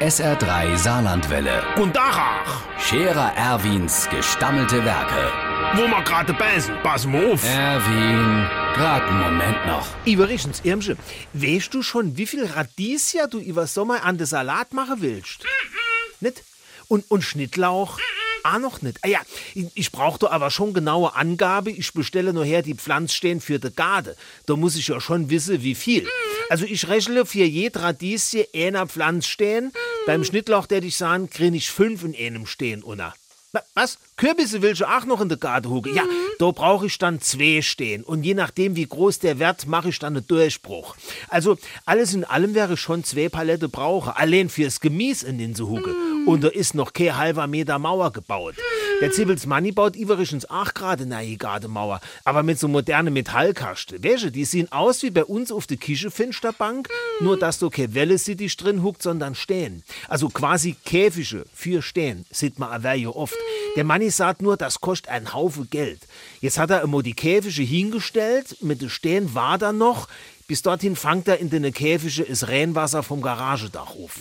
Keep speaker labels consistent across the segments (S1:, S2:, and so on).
S1: SR3 Saarlandwelle.
S2: Und Dachach,
S1: Scherer Erwins gestammelte Werke.
S2: wo wir gerade beißen, pass mal auf.
S1: Erwin, grad einen Moment noch.
S3: Übrigens, Irmsche, weißt du schon, wie viel Radiesia du über Sommer an den Salat machen willst?
S2: Mhm.
S3: Nicht? Und, und Schnittlauch? Ah, noch nicht. Ah ja, ich, ich brauche da aber schon genaue Angabe. Ich bestelle nur her die Pflanzstehen für die Garde. Da muss ich ja schon wissen, wie viel.
S2: Mhm.
S3: Also ich rechle für jed Radiesie einer Pflanzstehen.
S2: Mhm.
S3: Beim Schnittlauch, der ich sahen, krieg ich fünf in einem Stehen unter. Wa- Was? Kürbisse willst du auch noch in der Garde hugen? Ja, da brauche ich dann zwei stehen. Und je nachdem, wie groß der Wert, mache ich dann einen Durchbruch. Also, alles in allem wäre schon zwei Palette brauche. Allein fürs Gemüse in den Suhuge. Und da ist noch kein halber Meter Mauer gebaut. Der Zibbels Manni baut übrigens auch gerade eine Gardemauer. Aber mit so modernen Metallkasten. Wäsche, die sehen aus wie bei uns auf der Kischefinsterbank. Nur, dass da keine Welle sieht, die drin huckt, sondern stehen. Also quasi Käfische für stehen, sieht man aber ja oft. Der Manni sagt nur, das kostet einen Haufen Geld. Jetzt hat er immer die Käfische hingestellt, mit den Stehen war da noch. Bis dorthin fangt er in den Käfische ist Rehnwasser vom Garagedach auf.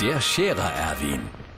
S1: Der Scherer Erwin.